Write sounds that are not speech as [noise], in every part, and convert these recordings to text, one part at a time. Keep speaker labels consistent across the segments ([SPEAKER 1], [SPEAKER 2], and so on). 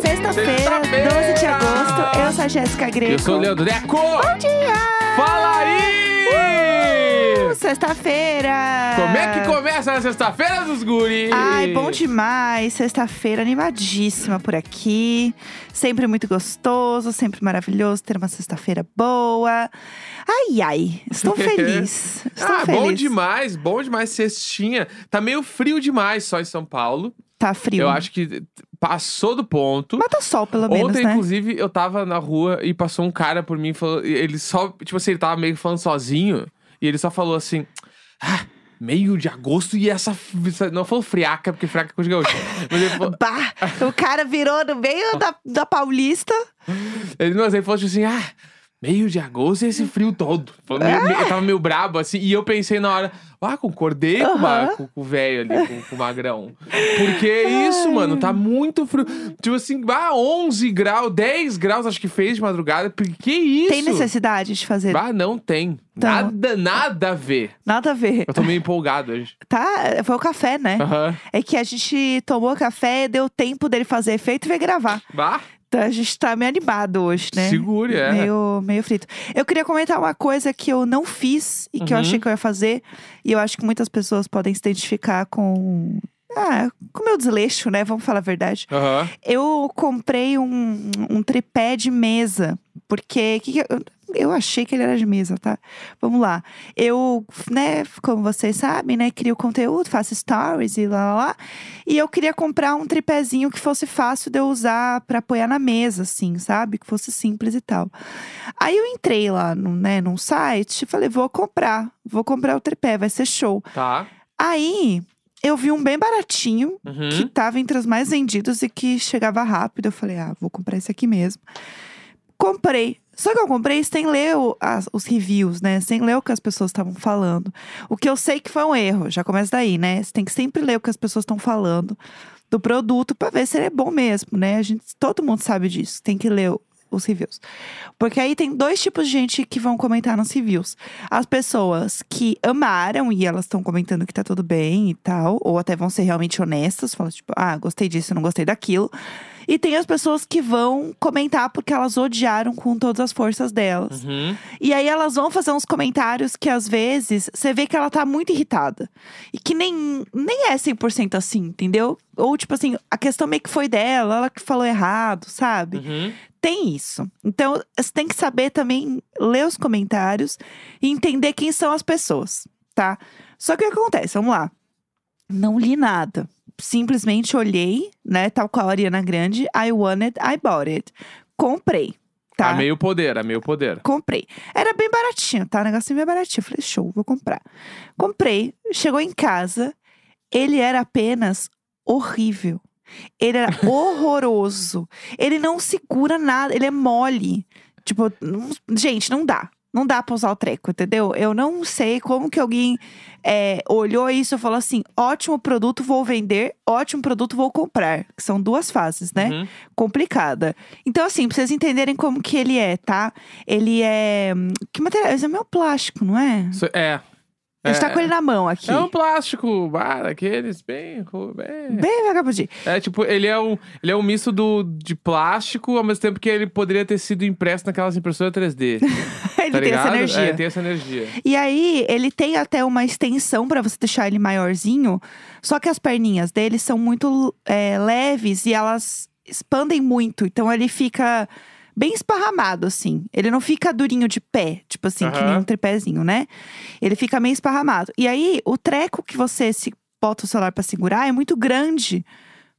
[SPEAKER 1] sexta-feira, 12 de agosto. Eu sou a Jéssica Greco.
[SPEAKER 2] Eu sou o Leandro Deco.
[SPEAKER 1] Bom dia!
[SPEAKER 2] Fala aí!
[SPEAKER 1] Sexta-feira!
[SPEAKER 2] Como é que começa na sexta-feira dos guris?
[SPEAKER 1] Ai, bom demais. Sexta-feira animadíssima por aqui. Sempre muito gostoso, sempre maravilhoso ter uma sexta-feira boa. Ai, ai,
[SPEAKER 2] [laughs]
[SPEAKER 1] estou feliz. Estou
[SPEAKER 2] ah,
[SPEAKER 1] feliz.
[SPEAKER 2] bom demais, bom demais, cestinha. Tá meio frio demais só em São Paulo.
[SPEAKER 1] Tá frio.
[SPEAKER 2] Eu acho que passou do ponto.
[SPEAKER 1] Mata o sol, pelo menos,
[SPEAKER 2] Ontem,
[SPEAKER 1] né?
[SPEAKER 2] inclusive, eu tava na rua e passou um cara por mim, e falou, e ele só, tipo assim, ele tava meio que falando sozinho, e ele só falou assim, ah, meio de agosto e essa, essa-" não falou friaca, porque friaca é coisa de gaúcho, mas ele falou,
[SPEAKER 1] Bah, o cara virou no meio da, da Paulista.
[SPEAKER 2] ele, mas ele falou tipo assim, ah, meio de agosto e esse frio todo, Falou meio- meio- eu tava meio brabo, assim, e eu pensei na hora, ah, concordei com o ma-
[SPEAKER 1] Aham.
[SPEAKER 2] com, com o velho ali, com, com o magrão, porque é isso, mano, tá muito frio, tipo assim, ah, 11 graus, 10 graus acho que fez de madrugada, porque isso?
[SPEAKER 1] Tem necessidade de fazer.
[SPEAKER 2] Ah, não tem.
[SPEAKER 1] Então-
[SPEAKER 2] Nada, nada a ver.
[SPEAKER 1] Nada a ver.
[SPEAKER 2] Eu tô meio empolgado hoje.
[SPEAKER 1] Tá, foi o café, né?
[SPEAKER 2] Aham.
[SPEAKER 1] É que a gente tomou café, deu tempo dele fazer efeito e veio gravar.
[SPEAKER 2] Bah,
[SPEAKER 1] Então a gente tá meio animado hoje, né?
[SPEAKER 2] segure, é.
[SPEAKER 1] Meio, meio frito. Eu queria comentar uma coisa que eu não fiz e que eu
[SPEAKER 2] Uhum.
[SPEAKER 1] achei que eu ia fazer. E eu acho que muitas pessoas podem se identificar com. Ah, com o meu desleixo, né? Vamos falar a verdade.
[SPEAKER 2] Aham.
[SPEAKER 1] Eu comprei um, um tripé de mesa, porque que que eu, eu achei que ele era de mesa, tá? Vamos lá. Eu, né, como vocês sabem, né, crio conteúdo, faço stories e lá, lá, lá. E eu queria comprar um tripézinho que fosse fácil de eu usar pra apoiar na mesa, assim, sabe? Que fosse simples e tal. Aí eu entrei lá, num, né, num site e falei, vou comprar. Vou comprar o tripé, vai ser show.
[SPEAKER 2] Tá.
[SPEAKER 1] Aí eu vi um bem baratinho,
[SPEAKER 2] Uhum.
[SPEAKER 1] que tava entre os mais vendidos e que chegava rápido. Eu falei, ah, vou comprar esse aqui mesmo. Comprei. Só que eu comprei sem ler o- as- os reviews, né? Sem ler o que as pessoas estavam falando. O que eu sei que foi um erro, já começa daí, né? Você tem que sempre ler o que as pessoas estão falando do produto pra ver se ele é bom mesmo, né? A gente, todo mundo sabe disso, tem que ler o- os reviews. Porque aí tem dois tipos de gente que vão comentar nos reviews. As pessoas que amaram e elas estão comentando que tá tudo bem e tal, ou até vão ser realmente honestas, falam tipo, ah, gostei disso, não gostei daquilo. E tem as pessoas que vão comentar porque elas odiaram com todas as forças delas.
[SPEAKER 2] Uhum.
[SPEAKER 1] E aí elas vão fazer uns comentários que às vezes você vê que ela tá muito irritada. E que nem, nem é 100% assim, entendeu? Ou tipo assim, a questão meio que foi dela, ela que falou errado, sabe?
[SPEAKER 2] Uhum.
[SPEAKER 1] Tem isso. Então você tem que saber também ler os comentários e entender quem são as pessoas, tá? Só que o que acontece? Vamos lá. Não li nada. Simplesmente olhei, né? Tal qual a Ariana Grande. I want it, I bought it. Comprei. Tá?
[SPEAKER 2] A meio poder, a meio poder.
[SPEAKER 1] Comprei. Era bem baratinho, tá? O negocinho bem baratinho. Falei, show, vou comprar. Comprei, chegou em casa, ele era apenas horrível. Ele era horroroso. Ele não segura nada, ele é mole. Tipo, não- gente, não dá. Não dá pra usar o treco, entendeu? Eu não sei como que alguém é, olhou isso e falou assim: ótimo produto, vou vender, ótimo produto, vou comprar. Que são duas fases, né?
[SPEAKER 2] Uhum.
[SPEAKER 1] complicada. Então, assim, pra vocês entenderem como que ele é, tá? Ele é. hum, Que material? Esse é meio plástico, não é?
[SPEAKER 2] Isso- é.
[SPEAKER 1] A gente tá com ele na mão aqui.
[SPEAKER 2] É um plástico, ah, aqueles bem, bem.
[SPEAKER 1] Bem vagabundinho. [laughs]
[SPEAKER 2] É tipo, ele é um, ele é um misto do, de plástico, ao mesmo tempo que ele poderia ter sido impresso naquelas impressoras 3D.
[SPEAKER 1] [laughs] ele
[SPEAKER 2] tá
[SPEAKER 1] tem
[SPEAKER 2] ligado?
[SPEAKER 1] essa energia.
[SPEAKER 2] É, tem essa energia.
[SPEAKER 1] E aí, ele tem até uma extensão pra você deixar ele maiorzinho. Só que as perninhas dele são muito é, leves e elas expandem muito. Então, ele fica bem esparramado, assim. Ele não fica durinho de pé, tipo assim, que nem
[SPEAKER 2] Aham.
[SPEAKER 1] um tripézinho, né? Ele fica meio esparramado. E aí, o treco que você se bota o celular pra segurar é muito grande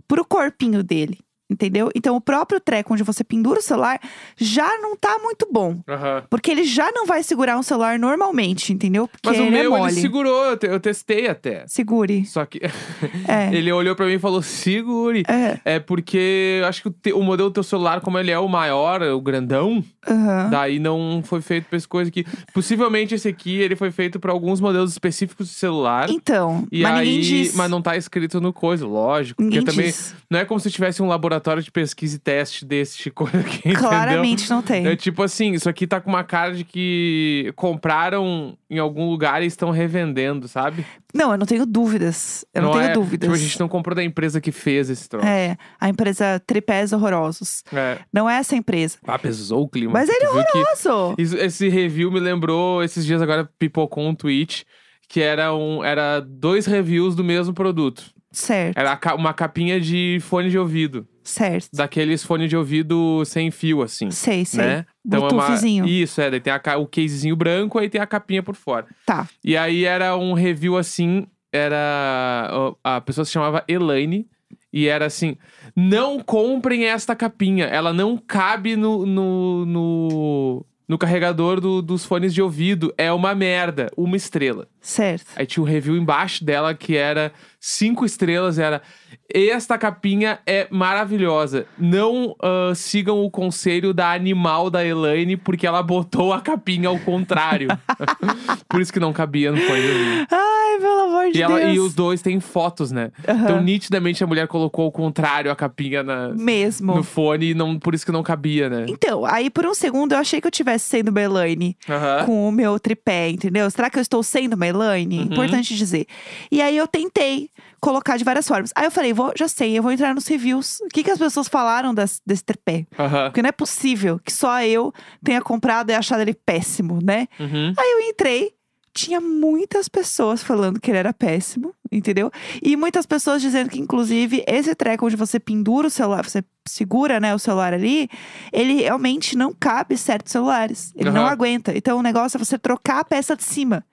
[SPEAKER 1] pro corpinho dele. Entendeu? Então, o próprio treco onde você pendura o celular já não tá muito bom.
[SPEAKER 2] Aham.
[SPEAKER 1] Porque ele já não vai segurar um celular normalmente, entendeu? Porque
[SPEAKER 2] Mas o
[SPEAKER 1] ele é
[SPEAKER 2] meu, ele
[SPEAKER 1] mole.
[SPEAKER 2] segurou, eu te- eu testei até.
[SPEAKER 1] Segure.
[SPEAKER 2] Só que [laughs]
[SPEAKER 1] É.
[SPEAKER 2] ele olhou pra mim e falou, segure.
[SPEAKER 1] É.
[SPEAKER 2] É porque eu acho que o, te- o modelo do teu celular, como ele é o maior, o grandão,
[SPEAKER 1] Aham.
[SPEAKER 2] daí não foi feito pra esse coisa aqui. Possivelmente esse aqui, ele foi feito pra alguns modelos específicos de celular.
[SPEAKER 1] Então,
[SPEAKER 2] E
[SPEAKER 1] mas
[SPEAKER 2] aí,
[SPEAKER 1] ninguém diz.
[SPEAKER 2] mas não tá escrito no coisa, lógico.
[SPEAKER 1] Ninguém
[SPEAKER 2] porque também
[SPEAKER 1] diz.
[SPEAKER 2] não é como se tivesse um laboratório de pesquisa e teste desse [laughs] coisa aqui, [laughs] entendeu?
[SPEAKER 1] Claramente não tem.
[SPEAKER 2] É tipo assim, isso aqui tá com uma cara de que compraram em algum lugar e estão revendendo, sabe?
[SPEAKER 1] Não, eu não tenho dúvidas. Eu não, tenho
[SPEAKER 2] é,
[SPEAKER 1] dúvidas.
[SPEAKER 2] Tipo, a gente não comprou da empresa que fez esse troço.
[SPEAKER 1] É, a empresa Tripés Horrorosos.
[SPEAKER 2] É.
[SPEAKER 1] Não é essa empresa.
[SPEAKER 2] Ah, pesou o clima.
[SPEAKER 1] Mas
[SPEAKER 2] Tu
[SPEAKER 1] ele é
[SPEAKER 2] viu que
[SPEAKER 1] horroroso!
[SPEAKER 2] isso- Esse review me lembrou, esses dias agora pipocou um tweet, que era, um, era dois reviews do mesmo produto.
[SPEAKER 1] Certo,
[SPEAKER 2] Era a ca- uma capinha de fone de ouvido.
[SPEAKER 1] certo.
[SPEAKER 2] Daqueles fone de ouvido sem fio, assim.
[SPEAKER 1] Sei, sei.
[SPEAKER 2] Né?
[SPEAKER 1] Bluetoothzinho.
[SPEAKER 2] Isso, é. Daí tem a ca- o casezinho branco, aí tem a capinha por fora.
[SPEAKER 1] Tá.
[SPEAKER 2] E aí era um review assim, era. ó, A pessoa se chamava Elaine. E era assim: não comprem esta capinha. Ela não cabe no. no, no... no carregador do- dos fones de ouvido. É uma merda. Uma estrela.
[SPEAKER 1] Certo.
[SPEAKER 2] Aí tinha um review embaixo dela que era cinco estrelas. Era esta capinha é maravilhosa. Não ah, sigam o conselho da animal da Elaine porque ela botou a capinha ao contrário. [laughs] Por isso que não cabia no fone de ouvido.
[SPEAKER 1] Ai, pelo amor de
[SPEAKER 2] E, ela-
[SPEAKER 1] Deus.
[SPEAKER 2] e os dois têm fotos, né? Então, nitidamente, a mulher colocou ao contrário a capinha na-
[SPEAKER 1] Mesmo.
[SPEAKER 2] no fone e não, por isso que não cabia, né?
[SPEAKER 1] Então, aí por um segundo eu achei que eu tivesse sendo uma Elaine
[SPEAKER 2] Aham.
[SPEAKER 1] com o meu tripé, entendeu? Será que eu estou sendo uma Elaine? Importante dizer. E aí eu tentei colocar de várias formas. Aí eu falei, vou, já sei, eu vou entrar nos reviews. O que, que as pessoas falaram das- desse tripé?
[SPEAKER 2] Aham.
[SPEAKER 1] Porque não é possível que só eu tenha comprado e achado ele péssimo, né?
[SPEAKER 2] Uhum.
[SPEAKER 1] Aí eu entrei, tinha muitas pessoas falando que ele era péssimo, entendeu? E muitas pessoas dizendo que, inclusive, esse treco onde você pendura o celular, você segura, né, o celular ali, ele realmente não cabe certos celulares. Ele não
[SPEAKER 2] Aham.
[SPEAKER 1] aguenta. Então o negócio é você trocar a peça de cima.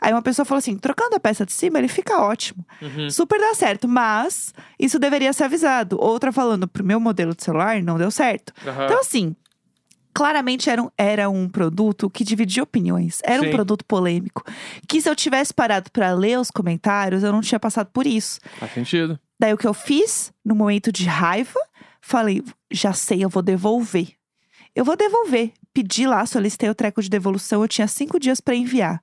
[SPEAKER 1] Aí uma pessoa falou assim: trocando a peça de cima, ele fica ótimo.
[SPEAKER 2] Uhum.
[SPEAKER 1] Super dá certo, mas isso deveria ser avisado. Outra falando, pro meu modelo de celular não deu certo.
[SPEAKER 2] Aham.
[SPEAKER 1] Então, assim, claramente era um, era um produto que dividia opiniões. Era um
[SPEAKER 2] Sim.
[SPEAKER 1] produto polêmico. Que se eu tivesse parado pra ler os comentários, eu não tinha passado por isso.
[SPEAKER 2] Faz sentido.
[SPEAKER 1] Daí o que eu fiz, no momento de raiva, falei: já sei, eu vou devolver. Eu vou devolver. Pedi lá, solicitei o treco de devolução, eu tinha cinco dias pra enviar.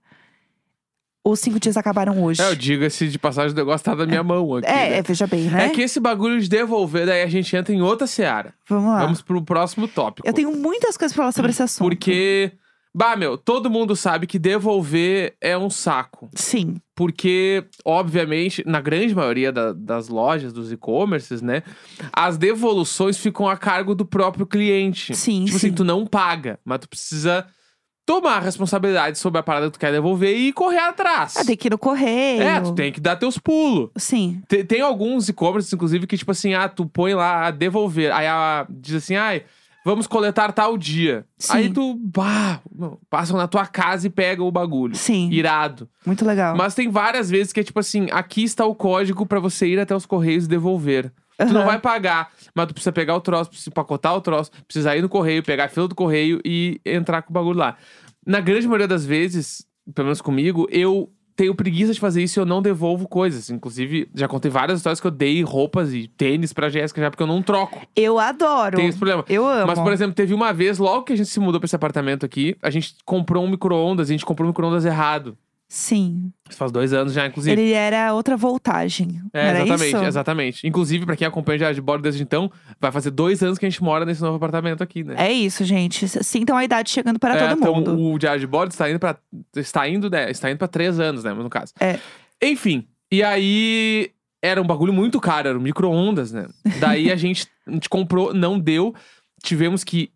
[SPEAKER 1] Os cinco dias acabaram hoje.
[SPEAKER 2] É, eu digo-se de passagem, o negócio tá na minha mão aqui.
[SPEAKER 1] É,
[SPEAKER 2] né?
[SPEAKER 1] é, veja bem, né?
[SPEAKER 2] É que esse bagulho de devolver, daí a gente entra em outra seara.
[SPEAKER 1] Vamos lá.
[SPEAKER 2] Vamos pro próximo tópico.
[SPEAKER 1] Ah. Eu um tenho muitas coisas pra falar sobre esse assunto.
[SPEAKER 2] Porque. Bah, meu, todo mundo sabe que devolver é um saco.
[SPEAKER 1] Sim,
[SPEAKER 2] Porque, obviamente, na grande maioria da- das lojas, dos e-commerces, né? As devoluções ficam a cargo do próprio cliente.
[SPEAKER 1] sim,
[SPEAKER 2] tipo
[SPEAKER 1] sim.
[SPEAKER 2] assim, tu não paga, mas tu precisa tomar a responsabilidade sobre a parada que tu quer devolver e correr atrás.
[SPEAKER 1] Ah, tem que ir no correio.
[SPEAKER 2] é, tu tem que dar teus pulos.
[SPEAKER 1] Sim.
[SPEAKER 2] Tem, tem alguns e-commerce, inclusive, que, tipo assim, ah, tu põe lá a devolver. Aí a, diz assim, ai, vamos coletar tal dia.
[SPEAKER 1] Sim.
[SPEAKER 2] Aí tu, bah, meu, passam na tua casa e pegam o bagulho.
[SPEAKER 1] Sim,
[SPEAKER 2] Irado.
[SPEAKER 1] muito legal.
[SPEAKER 2] Mas tem várias vezes que é tipo assim, aqui está o código pra você ir até os correios e devolver. Tu não
[SPEAKER 1] Aham.
[SPEAKER 2] vai pagar, mas tu precisa pegar o troço, precisa empacotar o troço, precisa ir no correio, pegar a fila do correio e entrar com o bagulho lá. Na grande maioria das vezes, pelo menos comigo, eu tenho preguiça de fazer isso e eu não devolvo coisas. Inclusive, já contei várias histórias que eu dei roupas e tênis pra Jéssica já porque eu não troco.
[SPEAKER 1] Eu adoro.
[SPEAKER 2] Tem esse problema.
[SPEAKER 1] Eu amo.
[SPEAKER 2] Mas, por exemplo, teve uma vez, logo que a gente se mudou pra esse apartamento aqui, a gente comprou um micro-ondas, a gente comprou um micro-ondas errado.
[SPEAKER 1] Sim.
[SPEAKER 2] Isso faz dois anos já, inclusive.
[SPEAKER 1] Ele era outra voltagem.
[SPEAKER 2] É,
[SPEAKER 1] era
[SPEAKER 2] exatamente,
[SPEAKER 1] isso?
[SPEAKER 2] exatamente. Inclusive, pra quem acompanha o Diário de Bordo desde então, vai fazer dois anos que a gente mora nesse novo apartamento aqui, né?
[SPEAKER 1] É isso, gente. Sintam a idade chegando para
[SPEAKER 2] É,
[SPEAKER 1] todo
[SPEAKER 2] então,
[SPEAKER 1] mundo.
[SPEAKER 2] o Diário de Bordo está indo pra. Está indo, né? Está indo pra três anos, né? No caso.
[SPEAKER 1] É.
[SPEAKER 2] Enfim. E aí. Era um bagulho muito caro, era um micro-ondas, né?
[SPEAKER 1] [laughs]
[SPEAKER 2] Daí a gente, a gente comprou, não deu. Tivemos que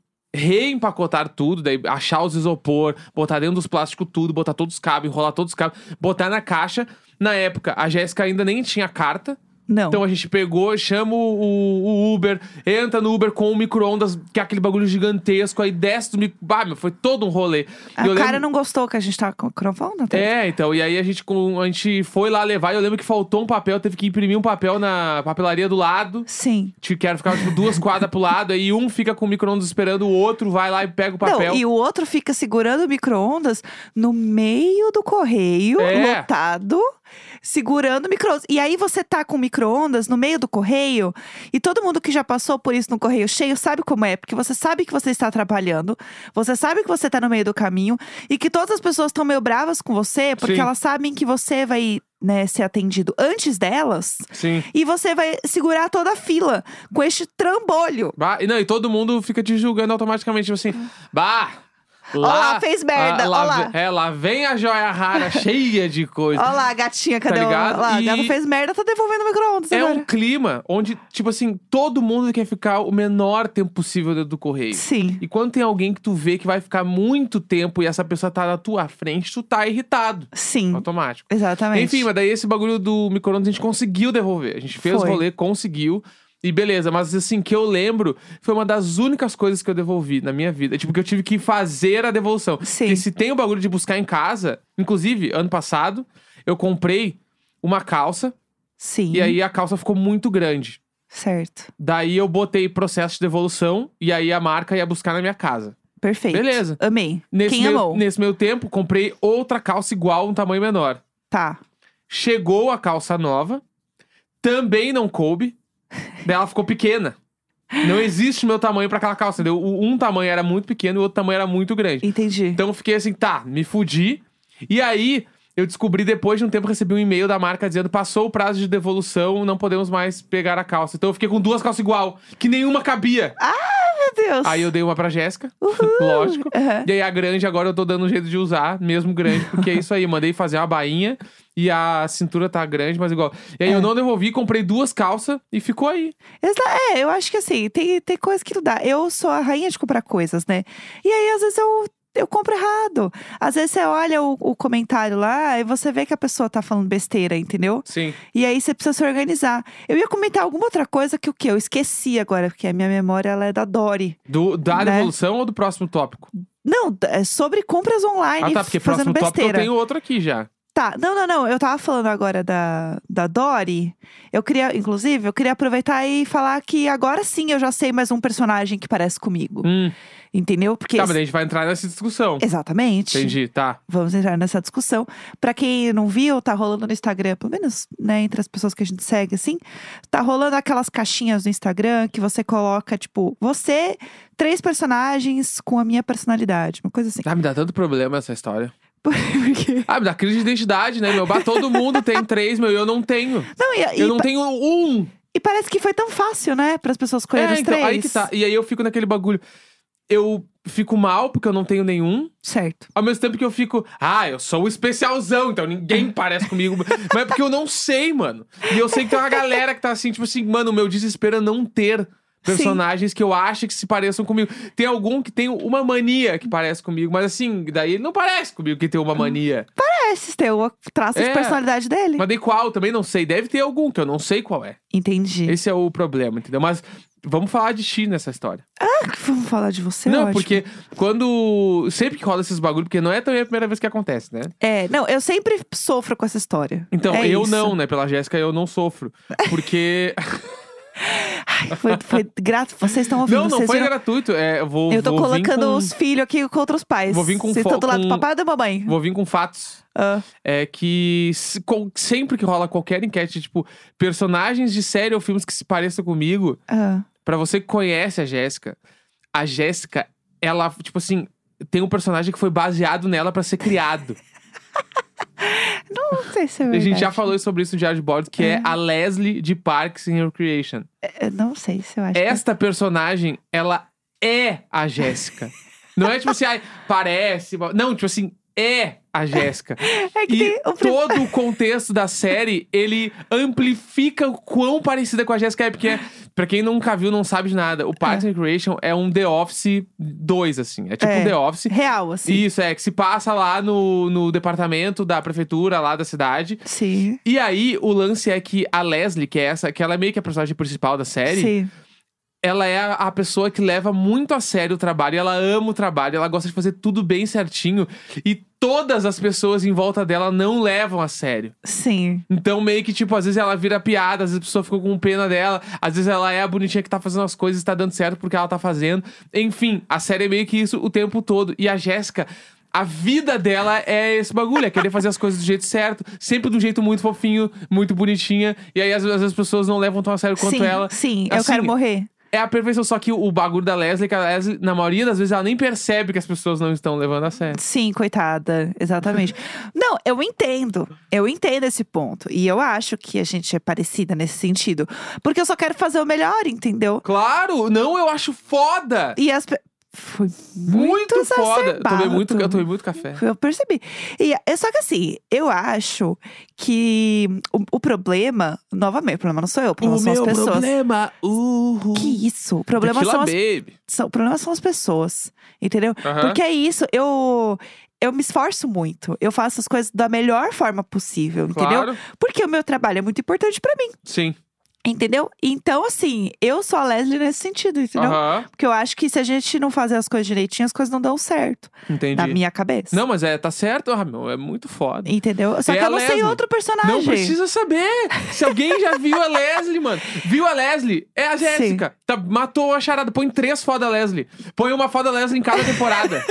[SPEAKER 2] reempacotar tudo, daí achar os isopor, botar dentro dos plásticos tudo, botar todos os cabos, enrolar todos os cabos, botar na caixa. Na época, a Jéssica ainda nem tinha carta.
[SPEAKER 1] Não.
[SPEAKER 2] Então a gente pegou, chama o, o- o Uber, entra no Uber com o micro-ondas, que é aquele bagulho gigantesco, aí desce do micro. Ah, meu, foi todo um rolê.
[SPEAKER 1] a
[SPEAKER 2] E eu
[SPEAKER 1] cara
[SPEAKER 2] lembro-
[SPEAKER 1] não gostou que a gente tava com o microfone, não tá?
[SPEAKER 2] É, então, e aí a gente, com- a gente foi lá levar, e eu lembro que faltou um papel, teve que imprimir um papel na papelaria do lado.
[SPEAKER 1] Sim.
[SPEAKER 2] Tipo, que era ficar tipo, duas quadras pro lado, aí um fica com o micro-ondas esperando, o outro vai lá e pega o papel.
[SPEAKER 1] Não, e o outro fica segurando o micro-ondas no meio do correio,
[SPEAKER 2] É.
[SPEAKER 1] lotado, segurando o micro-ondas. E aí você tá com o micro-ondas no meio do correio, e todo mundo que já passou por isso no correio cheio sabe como é, porque você sabe que você está atrapalhando, você sabe que você tá no meio do caminho, e que todas as pessoas estão meio bravas com você, porque
[SPEAKER 2] Sim.
[SPEAKER 1] elas sabem que você vai né, ser atendido antes delas.
[SPEAKER 2] Sim.
[SPEAKER 1] E você vai segurar toda a fila com este trambolho.
[SPEAKER 2] Bah, e não, e todo mundo fica te julgando automaticamente, tipo assim, bah!
[SPEAKER 1] Ó
[SPEAKER 2] Lá,
[SPEAKER 1] lá, fez merda,
[SPEAKER 2] ah,
[SPEAKER 1] ó
[SPEAKER 2] lá,
[SPEAKER 1] lá.
[SPEAKER 2] ve- É, lá vem a joia rara [laughs] cheia de coisa.
[SPEAKER 1] Olha lá, gatinha, cadê o...
[SPEAKER 2] tá ligado?
[SPEAKER 1] Olha lá, a
[SPEAKER 2] E-
[SPEAKER 1] gata fez merda, tá devolvendo o micro-ondas
[SPEAKER 2] É
[SPEAKER 1] agora.
[SPEAKER 2] um clima onde, tipo assim, todo mundo quer ficar o menor tempo possível dentro do correio.
[SPEAKER 1] Sim.
[SPEAKER 2] E quando tem alguém que tu vê que vai ficar muito tempo e essa pessoa tá na tua frente, tu tá irritado.
[SPEAKER 1] Sim,
[SPEAKER 2] Automático.
[SPEAKER 1] Hum. exatamente.
[SPEAKER 2] Enfim, mas daí esse bagulho do micro-ondas a gente conseguiu devolver. A gente fez
[SPEAKER 1] Foi.
[SPEAKER 2] o rolê, conseguiu. E beleza, mas assim, que eu lembro, foi uma das únicas coisas que eu devolvi na minha vida. Tipo, que eu tive que fazer a devolução.
[SPEAKER 1] Sim.
[SPEAKER 2] Porque se tem o bagulho de buscar em casa, inclusive, ano passado, eu comprei uma calça
[SPEAKER 1] Sim,
[SPEAKER 2] e aí a calça ficou muito grande.
[SPEAKER 1] certo.
[SPEAKER 2] Daí eu botei processo de devolução e aí a marca ia buscar na minha casa.
[SPEAKER 1] Perfeito.
[SPEAKER 2] Beleza.
[SPEAKER 1] Amei.
[SPEAKER 2] Nesse
[SPEAKER 1] Quem
[SPEAKER 2] meio,
[SPEAKER 1] amou?
[SPEAKER 2] Nesse meio tempo, comprei outra calça igual, um tamanho menor.
[SPEAKER 1] Tá.
[SPEAKER 2] Chegou a calça nova, também não coube, [laughs] daí ela ficou pequena. Não existe meu tamanho pra aquela calça, entendeu? O- Um tamanho era muito pequeno e o outro tamanho era muito grande.
[SPEAKER 1] Entendi.
[SPEAKER 2] Então eu fiquei assim, tá, me fudi. E aí, eu descobri depois de um tempo, recebi um e-mail da marca dizendo: passou o prazo de devolução, não podemos mais pegar a calça. Então eu fiquei com duas calças igual, que nenhuma cabia.
[SPEAKER 1] Meu Deus.
[SPEAKER 2] Aí eu dei uma pra Jéssica, [laughs] lógico.
[SPEAKER 1] [laughs] Aham.
[SPEAKER 2] E aí a grande agora eu tô dando um jeito de usar, mesmo grande, porque é isso aí. Mandei fazer uma bainha e a cintura tá grande, mas igual. E
[SPEAKER 1] É.
[SPEAKER 2] aí eu não devolvi, comprei duas calças e ficou aí.
[SPEAKER 1] Exa- É, eu acho que assim, tem, tem coisa que não dá. Eu sou a rainha de comprar coisas, né? E aí, às vezes, eu, eu compro errado. Às vezes, você olha o, o comentário lá e você vê que a pessoa tá falando besteira, entendeu?
[SPEAKER 2] Sim.
[SPEAKER 1] E aí, você precisa se organizar. Eu ia comentar alguma outra coisa que o quê? Eu esqueci agora, porque a minha memória, ela é da Dori.
[SPEAKER 2] Do, da
[SPEAKER 1] Né?
[SPEAKER 2] devolução ou do próximo tópico?
[SPEAKER 1] Não, é sobre compras online
[SPEAKER 2] Ah, tá, porque
[SPEAKER 1] fazendo
[SPEAKER 2] próximo tópico eu
[SPEAKER 1] besteira.
[SPEAKER 2] tenho outro aqui já.
[SPEAKER 1] Tá, não, não, não. Eu tava falando agora da, da Dory. Eu queria, inclusive, eu queria aproveitar e falar que agora sim eu já sei mais um personagem que parece comigo.
[SPEAKER 2] Hum.
[SPEAKER 1] Entendeu? Porque.
[SPEAKER 2] Tá, mas
[SPEAKER 1] esse-
[SPEAKER 2] daí a gente vai entrar nessa discussão.
[SPEAKER 1] Exatamente.
[SPEAKER 2] Entendi, tá.
[SPEAKER 1] Vamos entrar nessa discussão. Pra quem não viu, tá rolando no Instagram, pelo menos, né, entre as pessoas que a gente segue, assim, tá rolando aquelas caixinhas no Instagram que você coloca, tipo, você, três personagens com a minha personalidade, uma coisa assim. [laughs]
[SPEAKER 2] Ah, me dá tanto problema essa história.
[SPEAKER 1] Porque...
[SPEAKER 2] Ah, me dá crise de identidade, né, meu? Bah, todo mundo tem três, meu, e eu não tenho.
[SPEAKER 1] Não, e, e
[SPEAKER 2] Eu não
[SPEAKER 1] pa-
[SPEAKER 2] tenho um.
[SPEAKER 1] e parece que foi tão fácil, né, para as pessoas escolherem
[SPEAKER 2] é,
[SPEAKER 1] os
[SPEAKER 2] então,
[SPEAKER 1] três.
[SPEAKER 2] aí que tá. E aí eu fico naquele bagulho. Eu fico mal porque eu não tenho nenhum.
[SPEAKER 1] Certo.
[SPEAKER 2] Ao mesmo tempo que eu fico, ah, eu sou o especialzão,
[SPEAKER 1] [laughs]
[SPEAKER 2] então ninguém parece comigo. Mas é porque eu não sei, mano. E eu sei que tem uma galera que tá assim, tipo assim, mano, o meu desespero é não ter personagens que eu acho que se pareçam comigo. Tem algum que tem uma mania que parece comigo, mas assim, daí ele não parece comigo que tem
[SPEAKER 1] Hum.
[SPEAKER 2] uma mania.
[SPEAKER 1] Parece ter o É, traço de
[SPEAKER 2] É.
[SPEAKER 1] personalidade dele.
[SPEAKER 2] Mas daí qual? Também não sei. Deve ter algum que eu não sei qual é.
[SPEAKER 1] Entendi.
[SPEAKER 2] Esse é o problema, entendeu? Mas vamos falar de X nessa história.
[SPEAKER 1] Ah, vamos falar de você,
[SPEAKER 2] não,
[SPEAKER 1] ótimo.
[SPEAKER 2] porque quando. Sempre que rola esses bagulho, porque não é também a primeira vez que acontece, né?
[SPEAKER 1] É, não, eu sempre sofro com essa história.
[SPEAKER 2] Então,
[SPEAKER 1] É
[SPEAKER 2] eu
[SPEAKER 1] isso.
[SPEAKER 2] não, né? Pela Jéssica, eu não sofro. Porque.
[SPEAKER 1] Ai, foi, foi [laughs] grato. Vocês estão [laughs] ouvindo,
[SPEAKER 2] não, não
[SPEAKER 1] vocês
[SPEAKER 2] foi
[SPEAKER 1] viram?
[SPEAKER 2] gratuito. É, eu vou,
[SPEAKER 1] Eu tô
[SPEAKER 2] vou vir
[SPEAKER 1] colocando
[SPEAKER 2] com-
[SPEAKER 1] os filhos aqui contra os pais.
[SPEAKER 2] Vou vir com
[SPEAKER 1] Vocês
[SPEAKER 2] fo-
[SPEAKER 1] estão do lado do
[SPEAKER 2] com-
[SPEAKER 1] papai e da mamãe.
[SPEAKER 2] Vou vir com fatos.
[SPEAKER 1] Ah,
[SPEAKER 2] É que se- com- sempre que rola qualquer enquete, tipo, personagens de série ou filmes que se pareçam comigo,
[SPEAKER 1] ah.
[SPEAKER 2] pra você que conhece a Jéssica, a Jéssica, ela, tipo assim, tem um personagem que foi baseado nela pra ser criado.
[SPEAKER 1] Não sei se é
[SPEAKER 2] a
[SPEAKER 1] verdade.
[SPEAKER 2] gente já falou sobre isso no Diário de Bordo, que é a Leslie de Parks and Recreation.
[SPEAKER 1] Eu não sei se eu acho. que-
[SPEAKER 2] esta personagem, ela é a Jéssica. Não é tipo assim, ai, parece. mas- Não, tipo assim, é a Jéssica.
[SPEAKER 1] É que
[SPEAKER 2] E
[SPEAKER 1] tem o prim-
[SPEAKER 2] todo o contexto da série, ele amplifica o quão parecida com a Jéssica é. Porque, pra quem nunca viu, não sabe de nada, o Parks and Recreation é um The Office 2, assim. É tipo
[SPEAKER 1] É.
[SPEAKER 2] um The Office.
[SPEAKER 1] real, assim.
[SPEAKER 2] Isso, é, que se passa lá no, no departamento da prefeitura, lá da cidade.
[SPEAKER 1] Sim.
[SPEAKER 2] E aí, o lance é que a Leslie, que é essa, que ela é meio que a personagem principal da série
[SPEAKER 1] Sim.
[SPEAKER 2] ela é a- a pessoa que leva muito a sério o trabalho, ela ama o trabalho, ela gosta de fazer tudo bem certinho e todas as pessoas em volta dela não levam a sério.
[SPEAKER 1] Sim.
[SPEAKER 2] Então meio que tipo, às vezes ela vira piada, às vezes a pessoa ficou com pena dela, às vezes ela é a bonitinha que tá fazendo as coisas, e tá dando certo porque ela tá fazendo. Enfim, a série é meio que isso o tempo todo e a Jéssica a vida dela é esse bagulho, é querer fazer as coisas do jeito certo, sempre de um jeito muito fofinho, muito bonitinha. E aí, às vezes, as pessoas não levam tão a sério quanto
[SPEAKER 1] sim.
[SPEAKER 2] ela.
[SPEAKER 1] Sim. eu
[SPEAKER 2] Assim,
[SPEAKER 1] quero morrer.
[SPEAKER 2] É a perfeição, só que o bagulho da Leslie, é que a Leslie, na maioria das vezes, ela nem percebe que as pessoas não estão levando a sério.
[SPEAKER 1] Sim, coitada, exatamente. Não, eu entendo. Eu entendo esse ponto. E eu acho que a gente é parecida nesse sentido. Porque eu só quero fazer o melhor, entendeu?
[SPEAKER 2] Claro! Não, eu acho foda!
[SPEAKER 1] E as. pe- Foi muito,
[SPEAKER 2] Muito, foda! Eu
[SPEAKER 1] exacerbado.
[SPEAKER 2] tomei muito, eu tomei muito café.
[SPEAKER 1] Eu percebi. E, é só que assim, eu acho que o, o problema, novamente, o problema não sou eu, o problema são as pessoas.
[SPEAKER 2] problema, uhul.
[SPEAKER 1] Que isso? O problema
[SPEAKER 2] Tequila
[SPEAKER 1] são as,
[SPEAKER 2] Baby.
[SPEAKER 1] são, o problema são as pessoas, entendeu?
[SPEAKER 2] Aham.
[SPEAKER 1] Porque é isso, eu, eu me esforço muito. Eu faço as coisas da melhor forma possível, entendeu?
[SPEAKER 2] Claro,
[SPEAKER 1] Porque o meu trabalho é muito importante pra mim,
[SPEAKER 2] sim.
[SPEAKER 1] entendeu? Então, assim, eu sou a Leslie nesse sentido, entendeu?
[SPEAKER 2] Aham,
[SPEAKER 1] Porque eu acho que se a gente não fazer as coisas direitinho, as coisas não dão certo. Na
[SPEAKER 2] entendi.
[SPEAKER 1] minha cabeça.
[SPEAKER 2] Não, mas é, tá certo, ah, meu, é muito foda.
[SPEAKER 1] Entendeu? Só
[SPEAKER 2] É
[SPEAKER 1] que
[SPEAKER 2] a
[SPEAKER 1] eu não sei
[SPEAKER 2] Leslie.
[SPEAKER 1] outro personagem.
[SPEAKER 2] Não precisa saber. Se alguém já viu a Leslie, mano. Viu a Leslie? É a Jéssica. Tá, matou a charada. Põe três foda Leslie. Põe uma foda Leslie em cada temporada.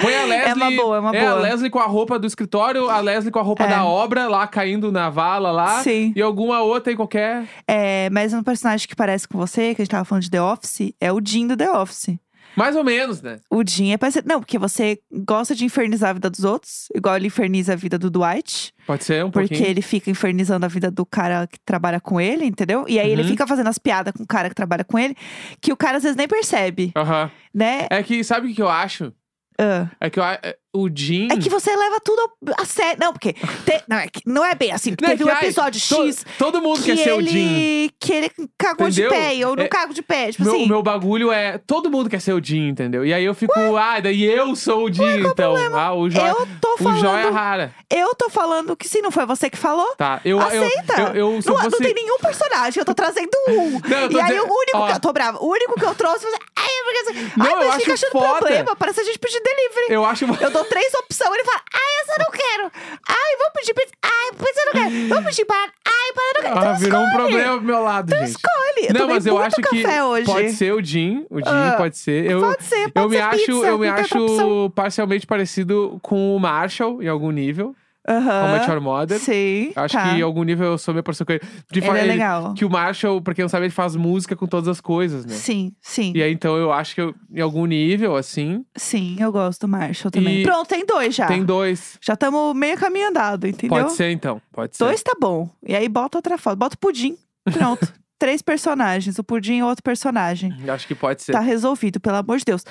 [SPEAKER 2] Põe a Leslie.
[SPEAKER 1] É uma boa, é uma
[SPEAKER 2] a
[SPEAKER 1] boa.
[SPEAKER 2] Leslie com a roupa do escritório, a Leslie com a roupa
[SPEAKER 1] É.
[SPEAKER 2] da obra, lá caindo na vala lá.
[SPEAKER 1] Sim.
[SPEAKER 2] E alguma outra em qualquer.
[SPEAKER 1] É, mas um personagem que parece com você, que a gente tava falando de The Office, é o Jim do The Office.
[SPEAKER 2] Mais ou menos, né?
[SPEAKER 1] O Jim é parecido. Não, porque você gosta de infernizar a vida dos outros, igual ele inferniza a vida do Dwight,
[SPEAKER 2] Pode ser um
[SPEAKER 1] porque
[SPEAKER 2] pouquinho.
[SPEAKER 1] ele fica infernizando a vida do cara que trabalha com ele, entendeu? E aí ele
[SPEAKER 2] Uhum.
[SPEAKER 1] fica fazendo as piadas com o cara que trabalha com ele, que o cara às vezes nem percebe,
[SPEAKER 2] Aham.
[SPEAKER 1] né?
[SPEAKER 2] É que, sabe o que que eu acho?
[SPEAKER 1] Ah.
[SPEAKER 2] É que eu, a- é- o Jim.
[SPEAKER 1] É que você leva tudo ao- a sério. Não, porque. te- não, é que não é bem assim.
[SPEAKER 2] Não, é
[SPEAKER 1] Teve um
[SPEAKER 2] que, ai,
[SPEAKER 1] episódio
[SPEAKER 2] to-
[SPEAKER 1] X
[SPEAKER 2] Todo mundo
[SPEAKER 1] que
[SPEAKER 2] quer ser o Jim.
[SPEAKER 1] ele, que ele cagou
[SPEAKER 2] Entendeu?
[SPEAKER 1] de pé, e eu não
[SPEAKER 2] É-
[SPEAKER 1] cago de pé. Tipo
[SPEAKER 2] meu,
[SPEAKER 1] assim,
[SPEAKER 2] meu bagulho é. Todo mundo quer ser o Jim, entendeu? E aí eu fico, ah, daí eu sou o Jim, então. Ah, o Jó.
[SPEAKER 1] eu tô
[SPEAKER 2] O Jó é
[SPEAKER 1] falando.
[SPEAKER 2] rara.
[SPEAKER 1] Eu tô falando que se não foi você que falou,
[SPEAKER 2] Tá. Eu, eu-
[SPEAKER 1] aceita.
[SPEAKER 2] Eu, eu, se eu
[SPEAKER 1] não, não
[SPEAKER 2] fosse-
[SPEAKER 1] tem nenhum personagem, eu tô trazendo um.
[SPEAKER 2] [laughs] Não, eu tô
[SPEAKER 1] e aí
[SPEAKER 2] dizendo-
[SPEAKER 1] o único
[SPEAKER 2] ó.
[SPEAKER 1] que eu tô brava, o único que eu trouxe, você. Ai, porque... assim,
[SPEAKER 2] Não,
[SPEAKER 1] Ai,
[SPEAKER 2] eu
[SPEAKER 1] mas fica
[SPEAKER 2] acho
[SPEAKER 1] achando
[SPEAKER 2] foda.
[SPEAKER 1] problema, parece a gente pedir delivery.
[SPEAKER 2] eu acho.
[SPEAKER 1] Eu dou três opções, ele fala, ai, essa eu não quero. Ai, vou pedir pizza. Ai, pizza eu não quero. Vou pedir banana. Ai, banana eu não quero.
[SPEAKER 2] Ah,
[SPEAKER 1] [laughs] Então
[SPEAKER 2] virou um
[SPEAKER 1] escolhe.
[SPEAKER 2] problema pro meu lado,
[SPEAKER 1] Então
[SPEAKER 2] gente.
[SPEAKER 1] escolhe. Eu
[SPEAKER 2] não,
[SPEAKER 1] tomei
[SPEAKER 2] mas eu
[SPEAKER 1] muito
[SPEAKER 2] acho que
[SPEAKER 1] café hoje.
[SPEAKER 2] pode ser o Jim, o Jim
[SPEAKER 1] Ah,
[SPEAKER 2] pode ser. Eu,
[SPEAKER 1] Pode ser, pode
[SPEAKER 2] eu me
[SPEAKER 1] ser
[SPEAKER 2] acho,
[SPEAKER 1] pizza,
[SPEAKER 2] eu me
[SPEAKER 1] não tem outra opção.
[SPEAKER 2] acho parcialmente parecido com o Marshall em algum nível,
[SPEAKER 1] Aham.
[SPEAKER 2] How I Met Your Mother.
[SPEAKER 1] Sim,
[SPEAKER 2] Eu Acho
[SPEAKER 1] tá.
[SPEAKER 2] que em algum nível eu sou meio parecido com ele. De
[SPEAKER 1] Ele
[SPEAKER 2] fa-
[SPEAKER 1] é legal.
[SPEAKER 2] Que o Marshall, pra quem não sabe, ele faz música com todas as coisas, né?
[SPEAKER 1] Sim, sim.
[SPEAKER 2] E aí, então, eu acho que eu- em algum nível, assim,
[SPEAKER 1] Sim, eu gosto do Marshall também.
[SPEAKER 2] E-
[SPEAKER 1] Pronto, tem dois já.
[SPEAKER 2] tem dois.
[SPEAKER 1] Já estamos meio caminho andado, Tá. entendeu?
[SPEAKER 2] Pode ser, então. Pode ser.
[SPEAKER 1] Dois tá bom. E aí bota outra foto. Bota o pudim.
[SPEAKER 2] [laughs]
[SPEAKER 1] Pronto. Três personagens. O pudim e outro personagem.
[SPEAKER 2] Eu Acho que pode ser.
[SPEAKER 1] Tá resolvido, pelo amor de Deus.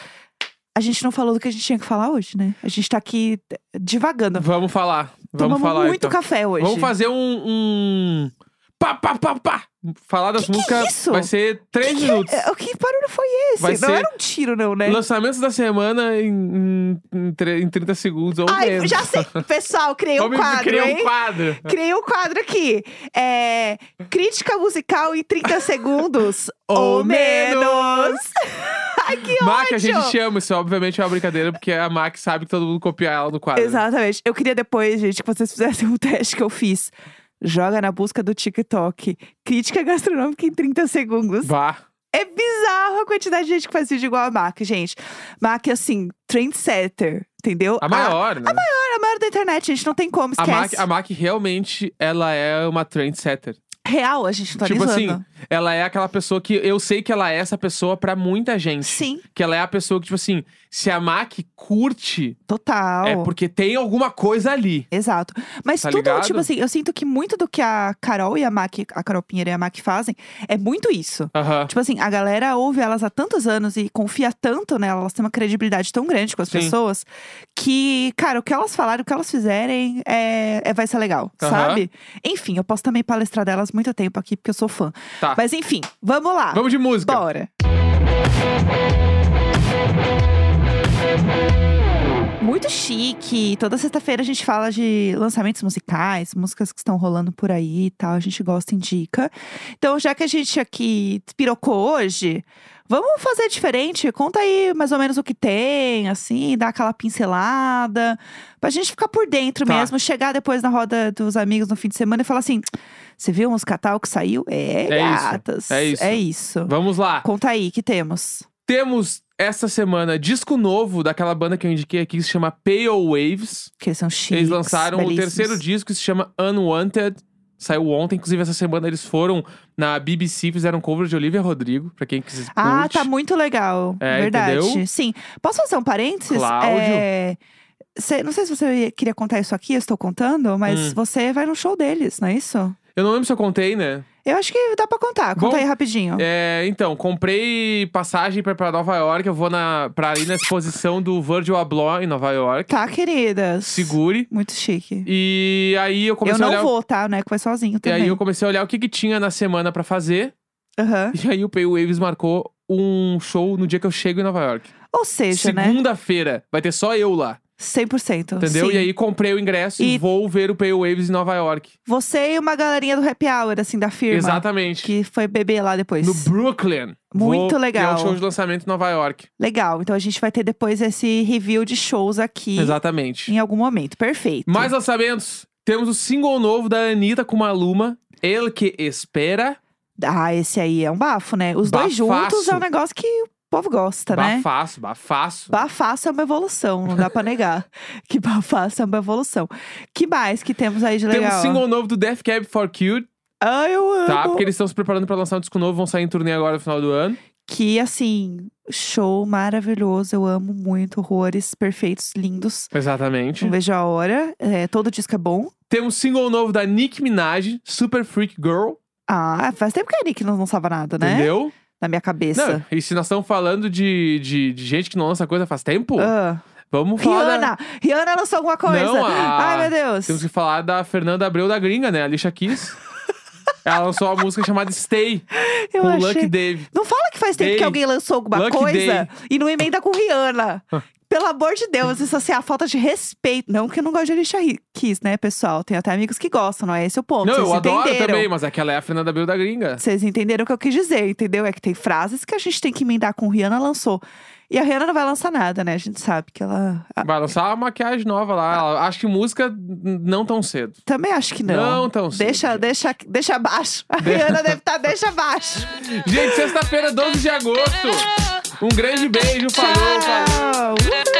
[SPEAKER 1] A gente não falou do que a gente tinha que falar hoje, né? A gente tá aqui divagando.
[SPEAKER 2] Vamos falar. Vamos
[SPEAKER 1] Tomamos
[SPEAKER 2] falar,
[SPEAKER 1] muito
[SPEAKER 2] então.
[SPEAKER 1] café hoje.
[SPEAKER 2] Vamos fazer um... um... Pá, pá, pá, pá. Falar das
[SPEAKER 1] Que que é
[SPEAKER 2] músicas
[SPEAKER 1] isso?
[SPEAKER 2] vai ser três
[SPEAKER 1] Que é? que-
[SPEAKER 2] minutos.
[SPEAKER 1] O que barulho foi esse?
[SPEAKER 2] Vai
[SPEAKER 1] não
[SPEAKER 2] ser-
[SPEAKER 1] era um tiro, não, né?
[SPEAKER 2] [laughs] Lançamentos da semana em, em, em tre- em 30 segundos ou
[SPEAKER 1] Ai,
[SPEAKER 2] menos.
[SPEAKER 1] já sei. Pessoal, criei um
[SPEAKER 2] Vamos
[SPEAKER 1] quadro,
[SPEAKER 2] criar
[SPEAKER 1] hein?
[SPEAKER 2] um quadro.
[SPEAKER 1] Criei um quadro aqui. É, crítica musical em 30 segundos
[SPEAKER 2] [laughs] Ou
[SPEAKER 1] ou menos. [laughs] Ai, que
[SPEAKER 2] Mac, a
[SPEAKER 1] ódio!
[SPEAKER 2] gente chama. Isso, obviamente, é uma brincadeira, porque a Mac sabe que todo mundo copia ela no quadro.
[SPEAKER 1] Exatamente. Eu queria depois, gente, que vocês fizessem um teste que eu fiz. Joga na busca do TikTok. Crítica gastronômica em 30 segundos.
[SPEAKER 2] Vá.
[SPEAKER 1] É bizarro a quantidade de gente que faz vídeo igual a Mac, gente. Mac, assim, trendsetter, entendeu?
[SPEAKER 2] A maior, né?
[SPEAKER 1] A, a maior da internet, gente. Não tem como,
[SPEAKER 2] A Mac,
[SPEAKER 1] esquece.
[SPEAKER 2] a Mac realmente, ela é uma trendsetter.
[SPEAKER 1] Real, a gente tá
[SPEAKER 2] tipo assim,
[SPEAKER 1] analisando.
[SPEAKER 2] ela é aquela pessoa que eu sei que ela é essa pessoa pra muita gente.
[SPEAKER 1] Sim,
[SPEAKER 2] Que ela é a pessoa que, tipo assim, se a Mac curte,
[SPEAKER 1] total.
[SPEAKER 2] é porque tem alguma coisa ali.
[SPEAKER 1] Exato. Mas
[SPEAKER 2] Tá
[SPEAKER 1] tudo,
[SPEAKER 2] ligado?
[SPEAKER 1] tipo assim, eu sinto que muito do que a Carol e a Mac, a Carol Pinheiro e a Mac fazem, é muito isso.
[SPEAKER 2] Aham.
[SPEAKER 1] Tipo assim, a galera ouve elas há tantos anos e confia tanto nela, elas têm uma credibilidade tão grande com as
[SPEAKER 2] Sim.
[SPEAKER 1] pessoas, que, cara, o que elas falarem, o que elas fizerem, é, é- vai ser legal,
[SPEAKER 2] Aham.
[SPEAKER 1] sabe? Enfim, eu posso também palestrar delas muito tempo aqui, porque eu sou fã.
[SPEAKER 2] Tá.
[SPEAKER 1] Mas enfim, vamos lá.
[SPEAKER 2] Vamos de música.
[SPEAKER 1] Bora. Muito chique. Toda sexta-feira a gente fala de lançamentos musicais, músicas que estão rolando por aí e tal. A gente gosta, indica. Então, já que a gente aqui pirocou hoje, vamos fazer diferente. Conta aí mais ou menos o que tem, assim, dá aquela pincelada. Pra gente ficar por dentro
[SPEAKER 2] Tá.
[SPEAKER 1] mesmo. Chegar depois na roda dos amigos no fim de semana e falar assim: você viu uns catal que saiu? É,
[SPEAKER 2] É isso,
[SPEAKER 1] gatas.
[SPEAKER 2] é isso.
[SPEAKER 1] É isso.
[SPEAKER 2] Vamos lá.
[SPEAKER 1] Conta aí, que temos?
[SPEAKER 2] Temos essa semana disco novo daquela banda que eu indiquei aqui que se chama Pale Waves.
[SPEAKER 1] Que eles são chiques,
[SPEAKER 2] Eles lançaram o
[SPEAKER 1] belíssimos.
[SPEAKER 2] terceiro disco que se chama Unwanted. Saiu ontem, inclusive essa semana eles foram na BBC, fizeram um cover de Olivia Rodrigo, pra quem quiser.
[SPEAKER 1] Ah,
[SPEAKER 2] curte.
[SPEAKER 1] tá muito legal.
[SPEAKER 2] É,
[SPEAKER 1] Verdade.
[SPEAKER 2] entendeu?
[SPEAKER 1] Sim. Posso fazer um parênteses?
[SPEAKER 2] Cláudio.
[SPEAKER 1] É, cê- não sei se você queria contar isso aqui, eu estou contando, mas
[SPEAKER 2] Hum.
[SPEAKER 1] você vai no show deles, não é isso?
[SPEAKER 2] Eu não lembro se eu contei, né?
[SPEAKER 1] Eu acho que dá pra contar. Conta
[SPEAKER 2] Bom,
[SPEAKER 1] aí rapidinho.
[SPEAKER 2] É, então, comprei passagem pra, pra Nova York. Eu vou na, pra ir na exposição do Virgil Abloh em Nova York.
[SPEAKER 1] Tá, queridas.
[SPEAKER 2] Segure.
[SPEAKER 1] Muito chique.
[SPEAKER 2] E aí eu
[SPEAKER 1] Eu
[SPEAKER 2] comecei
[SPEAKER 1] não
[SPEAKER 2] a olhar.
[SPEAKER 1] vou, tá? Né? Que vai sozinho
[SPEAKER 2] E
[SPEAKER 1] também.
[SPEAKER 2] aí eu comecei a olhar o que, que tinha na semana pra fazer.
[SPEAKER 1] Aham.
[SPEAKER 2] [laughs] E aí o Pay Waves marcou um show no dia que eu chego em Nova York.
[SPEAKER 1] Ou seja, né?
[SPEAKER 2] Segunda-feira. Vai ter só eu lá.
[SPEAKER 1] 100%.
[SPEAKER 2] Entendeu?
[SPEAKER 1] Sim.
[SPEAKER 2] E aí comprei o ingresso e,
[SPEAKER 1] E-
[SPEAKER 2] vou ver o Pay Waves em Nova York.
[SPEAKER 1] Você e uma galerinha do happy hour, assim, da firma.
[SPEAKER 2] Exatamente.
[SPEAKER 1] Que foi beber lá depois.
[SPEAKER 2] No Brooklyn.
[SPEAKER 1] Muito
[SPEAKER 2] Vou-
[SPEAKER 1] legal.
[SPEAKER 2] E é um show de lançamento em Nova York.
[SPEAKER 1] Legal. Então a gente vai ter depois esse review de shows aqui.
[SPEAKER 2] Exatamente.
[SPEAKER 1] Em algum momento. Perfeito.
[SPEAKER 2] Mais lançamentos. Temos o single novo da Anitta com Maluma. El que espera.
[SPEAKER 1] Ah, esse aí é um bafo, né? Os dois
[SPEAKER 2] Bafaço.
[SPEAKER 1] juntos é um negócio que o povo gosta, né?
[SPEAKER 2] bafaço, bafaço.
[SPEAKER 1] Bafaço é uma evolução, não dá pra
[SPEAKER 2] [laughs]
[SPEAKER 1] negar. que bafaço é uma evolução. Que mais que temos aí de
[SPEAKER 2] Temos
[SPEAKER 1] legal?
[SPEAKER 2] o single novo do Death Cab for Cute,
[SPEAKER 1] Ah, eu amo.
[SPEAKER 2] tá? Porque eles estão se preparando pra lançar um disco novo, vão sair em turnê agora no final do ano.
[SPEAKER 1] Que, assim, show maravilhoso. Eu amo muito. Horrores perfeitos, lindos.
[SPEAKER 2] Exatamente.
[SPEAKER 1] Não vejo a hora. É, todo disco é bom.
[SPEAKER 2] Temos o um single novo da Nicki Minaj, Super Freak Girl,
[SPEAKER 1] Ah, faz tempo que a Nick não lançava nada, né?
[SPEAKER 2] entendeu?
[SPEAKER 1] Na minha cabeça.
[SPEAKER 2] Não, e se nós estamos falando de, de, de gente que não lança coisa faz tempo,
[SPEAKER 1] Ah,
[SPEAKER 2] vamos falar da-
[SPEAKER 1] Rihanna! Rihanna lançou alguma coisa.
[SPEAKER 2] Não, a-
[SPEAKER 1] Ai, meu Deus.
[SPEAKER 2] Temos que falar da Fernanda Abreu da gringa, né? A Alicia
[SPEAKER 1] [laughs]
[SPEAKER 2] Keys. Ela lançou uma música chamada Stay,
[SPEAKER 1] Eu
[SPEAKER 2] com o
[SPEAKER 1] achei.
[SPEAKER 2] Lucky Dave.
[SPEAKER 1] Não fala que faz tempo
[SPEAKER 2] Day.
[SPEAKER 1] que alguém lançou alguma
[SPEAKER 2] Lucky
[SPEAKER 1] coisa
[SPEAKER 2] Day. Ah.
[SPEAKER 1] e não emenda com Rihanna. Pelo amor de Deus, isso assim é a falta de respeito. Não que eu não gosto de Alicia Keys, né, pessoal? Tem até amigos que gostam, não é esse o ponto.
[SPEAKER 2] Não,
[SPEAKER 1] Vocês
[SPEAKER 2] eu adoro
[SPEAKER 1] entenderam.
[SPEAKER 2] também, mas aquela é a Fernanda Abreu da gringa.
[SPEAKER 1] Vocês entenderam o que eu quis dizer, entendeu? É que tem frases que a gente tem que emendar com Rihanna lançou. E a Rihanna não vai lançar nada, né? A gente sabe que ela. Ah,
[SPEAKER 2] Vai lançar uma maquiagem nova lá. Ela- Acho que música n- não tão cedo.
[SPEAKER 1] Também acho que não.
[SPEAKER 2] Não tão cedo.
[SPEAKER 1] Deixa, deixa, deixa abaixo. A Rihanna deve estar, deixa abaixo.
[SPEAKER 2] Gente, sexta-feira, 12 de agosto. Um grande beijo, falou, falou.
[SPEAKER 1] Tchau. Uhul.